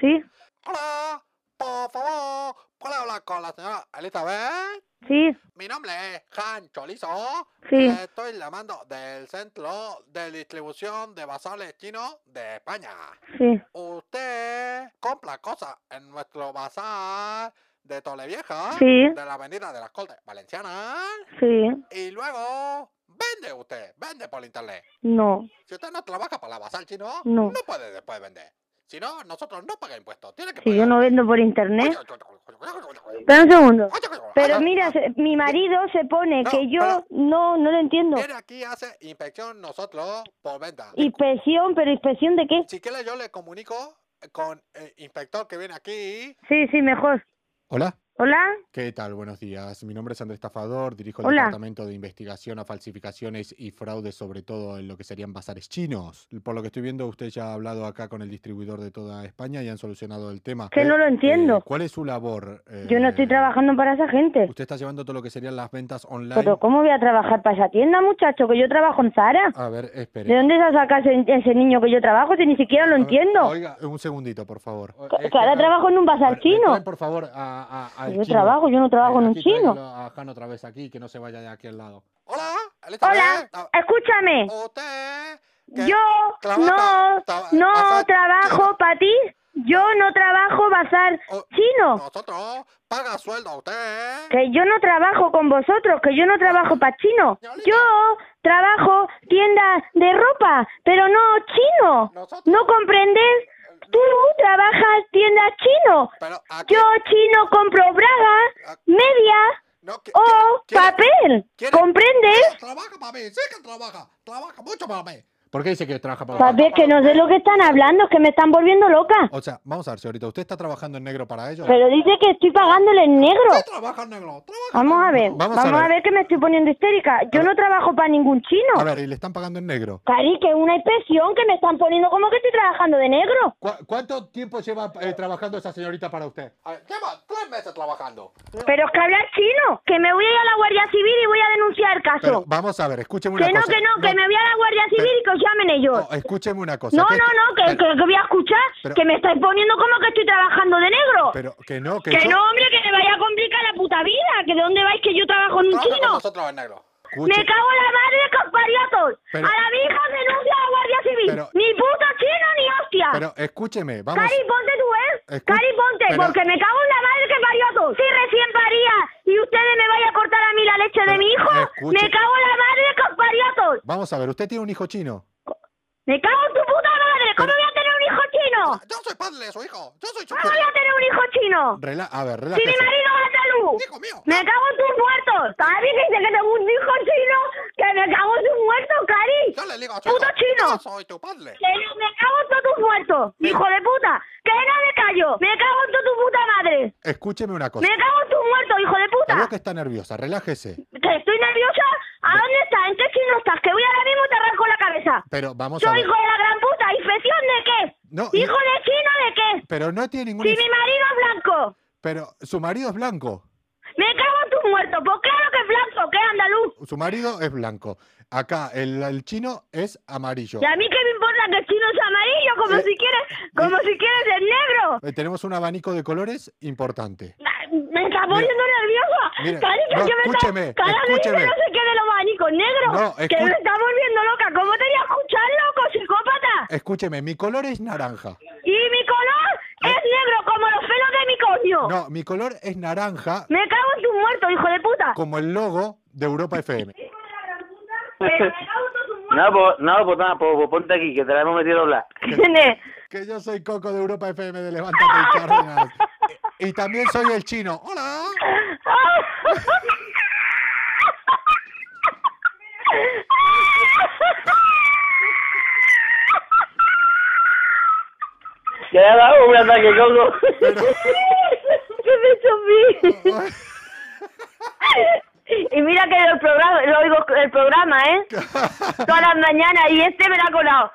Sí, Hola, por favor, ¿puedo hablar con la señora Elizabeth? sí, Mi nombre es Han Chorizo. Sí. Estoy llamando del Centro de Distribución de Basales Chinos de España. sí. Usted compra cosas en nuestro bazar de Tolevieja, Sí. de la Avenida de las Cortes Valencianas, Sí, y luego vende usted, vende por internet. no, Si usted no trabaja para la basal chino, No. puede después vender. Si no, nosotros no paga impuestos. Tiene que si yo no pagar. vendo por internet. Oye, Espera un segundo. oye, Pero oye, mira, se- mi marido se pone No, que yo pero- no, no lo entiendo. Viene aquí, hace inspección nosotros por venta. Inspección, pero inspección de qué? Si quiere, yo le comunico con el inspector que viene aquí. Sí, sí, mejor. Hola. Hola, ¿Qué tal? Buenos días. Mi nombre es Andrés Tafador, dirijo el Hola. Departamento de Investigación a Falsificaciones y Fraudes, sobre todo en lo que serían bazares chinos. Por lo que estoy viendo, usted ya ha hablado acá con el distribuidor de toda España y han solucionado el tema. Eh, Que no lo entiendo. ¿Cuál es su labor? yo no estoy Eh, trabajando para esa gente. Usted está llevando todo lo que serían las ventas online. Pero ¿cómo voy a trabajar para esa tienda, muchacho? Que yo trabajo en Zara. A ver, espere. ¿De dónde se ha sacado ese, ese niño que yo trabajo? Si ni siquiera lo A ver, entiendo. Oiga, un segundito, por favor. Que- Es que ahora a- trabajo en un bazar a ver, chino. traen, por favor, a, a- al Yo chino. trabajo, yo no trabajo Eh, en un aquí chino. tráigalo a Jan otra vez aquí, que no se vaya de aquí al lado. Hola, Ah, Hola, escúchame. Usted. Yo no, no trabajo para ti. Yo Ah. no trabajo bazar Oh. chino. Nosotros paga sueldo a usted. Que yo no trabajo con vosotros, que yo no trabajo para chino. Yo trabajo tienda de ropa, pero no chino. ¿No comprendes? Tú trabajas tienda chino. Pero aquí. Yo chino compro braga, media no, que- o que- que- papel. ¿Quiere- ¿Comprendes? Trabaja para mí, sí que trabaja. Trabaja mucho para mí. ¿Por qué dice que trabaja para Papi, que no sé lo que están hablando, es que me están volviendo loca. O sea, vamos a ver, señorita, ¿usted está trabajando en negro para ellos? Pero dice que estoy pagándole en negro. ¿Usted trabaja en negro? Trabaja Vamos a ver, Vamos vamos, a ver. a ver que me estoy poniendo histérica. Yo no trabajo para ningún A chino. ver, y le están pagando en negro. Cari, que es una inspección que me están poniendo como que estoy trabajando de negro. ¿Cuánto tiempo lleva eh, trabajando esa señorita para usted? lleva tres meses trabajando. Pero es que hablar chino, que me voy a ir a la Guardia Civil y voy a denunciar el Pero, caso. vamos a ver, escúcheme una que no, cosa. que no, que me voy a la Guardia Civil y que os llamen ellos. no, escúcheme una cosa. No, que no, esto- no, que, pero, que- que voy a escuchar pero- que me estáis poniendo como que estoy trabajando de negro. pero que no, que, que yo- no, hombre, que me vaya a complicar la puta vida. Que de dónde vais que yo trabajo en un Trabaja con chino. nosotros en negro. Me Escuche- cago en la madre de los pariatos. Pero- a la vieja denuncia a la Guardia Civil. Pero- ni puto chino ni hostia. pero escúcheme, vamos. Cari, ponte tú, ¿eh? Escu- Cari, ponte, pero- porque me cago en la madre que parió todo. Si recién paría y ustedes me vayan a cortar a mí la leche de Pero, mi hijo, escuche- me cago en la madre que os parió a todos. Vamos a ver, ¿usted tiene un hijo chino? Me cago en tu puta madre. ¿Cómo Pero- Ah, voy a tener un hijo chino? Yo soy padre de su hijo. Yo soy su ¿Cómo voy a tener un hijo chino? Rela- a ver, Si relájese. mi Ah, marido va a salud. Hijo mío. Me cago en tus muertos. Cada vez que dice que tengo un hijo chino, que me cago en tus muertos, Cari. Yo le digo a su hijo, Puto chino. Yo soy tu padre. Que no me cago en todos tus muertos, hijo de puta. Que no me callo. Me cago en toda tu puta madre. Escúcheme una cosa. Me cago en tus muertos, hijo de La veo puta. que está nerviosa, relájese. Que estoy nerviosa. ¿A dónde estás? ¿En qué chino estás? Que voy ahora mismo y te arranco la cabeza. Pero vamos Yo, a ver. hijo de la gran puta. ¿Infección de qué? No, ¿Hijo y- de chino de qué? Pero no tiene ningún. Si inf- mi marido es blanco. Pero su marido es blanco. Me cago en tus muertos. Pues claro que es blanco, que es andaluz. Su marido es blanco. Acá el, el chino es amarillo. Y a mí qué me importa que el chino sea amarillo, como Eh, si quieres, como si quieres el negro. Eh, Tenemos un abanico de colores importante. Me está poniendo nerviosa. mira, Cari, que no, es que me escúcheme, está... Cara, me dice escúcheme. no sé qué de los abanicos negros. No, Que escu- me está volviendo loca. ¿Cómo te voy a escuchar, loco, psicópata? Escúcheme, mi color es naranja. Y mi color es negro, como los pelos de mi coño. No, mi color es naranja Me cago en tus muertos, hijo de puta. como el logo de Europa FM. Hijo de la gran puta, pero me cago en todos tus muertos. No, pues, no, pues nada, pues, pues ponte aquí, que te la hemos metido a hablar. ¿Quién es? Que yo soy Coco de Europa FM de Levántate y Cárdenas. Y, y también soy el chino. Hola. Que le ha dado un ataque, Coco. ¿Qué me hizo a mí? Y mira que el programa, lo oigo el programa, ¿eh? Todas las mañanas y este me la ha colado.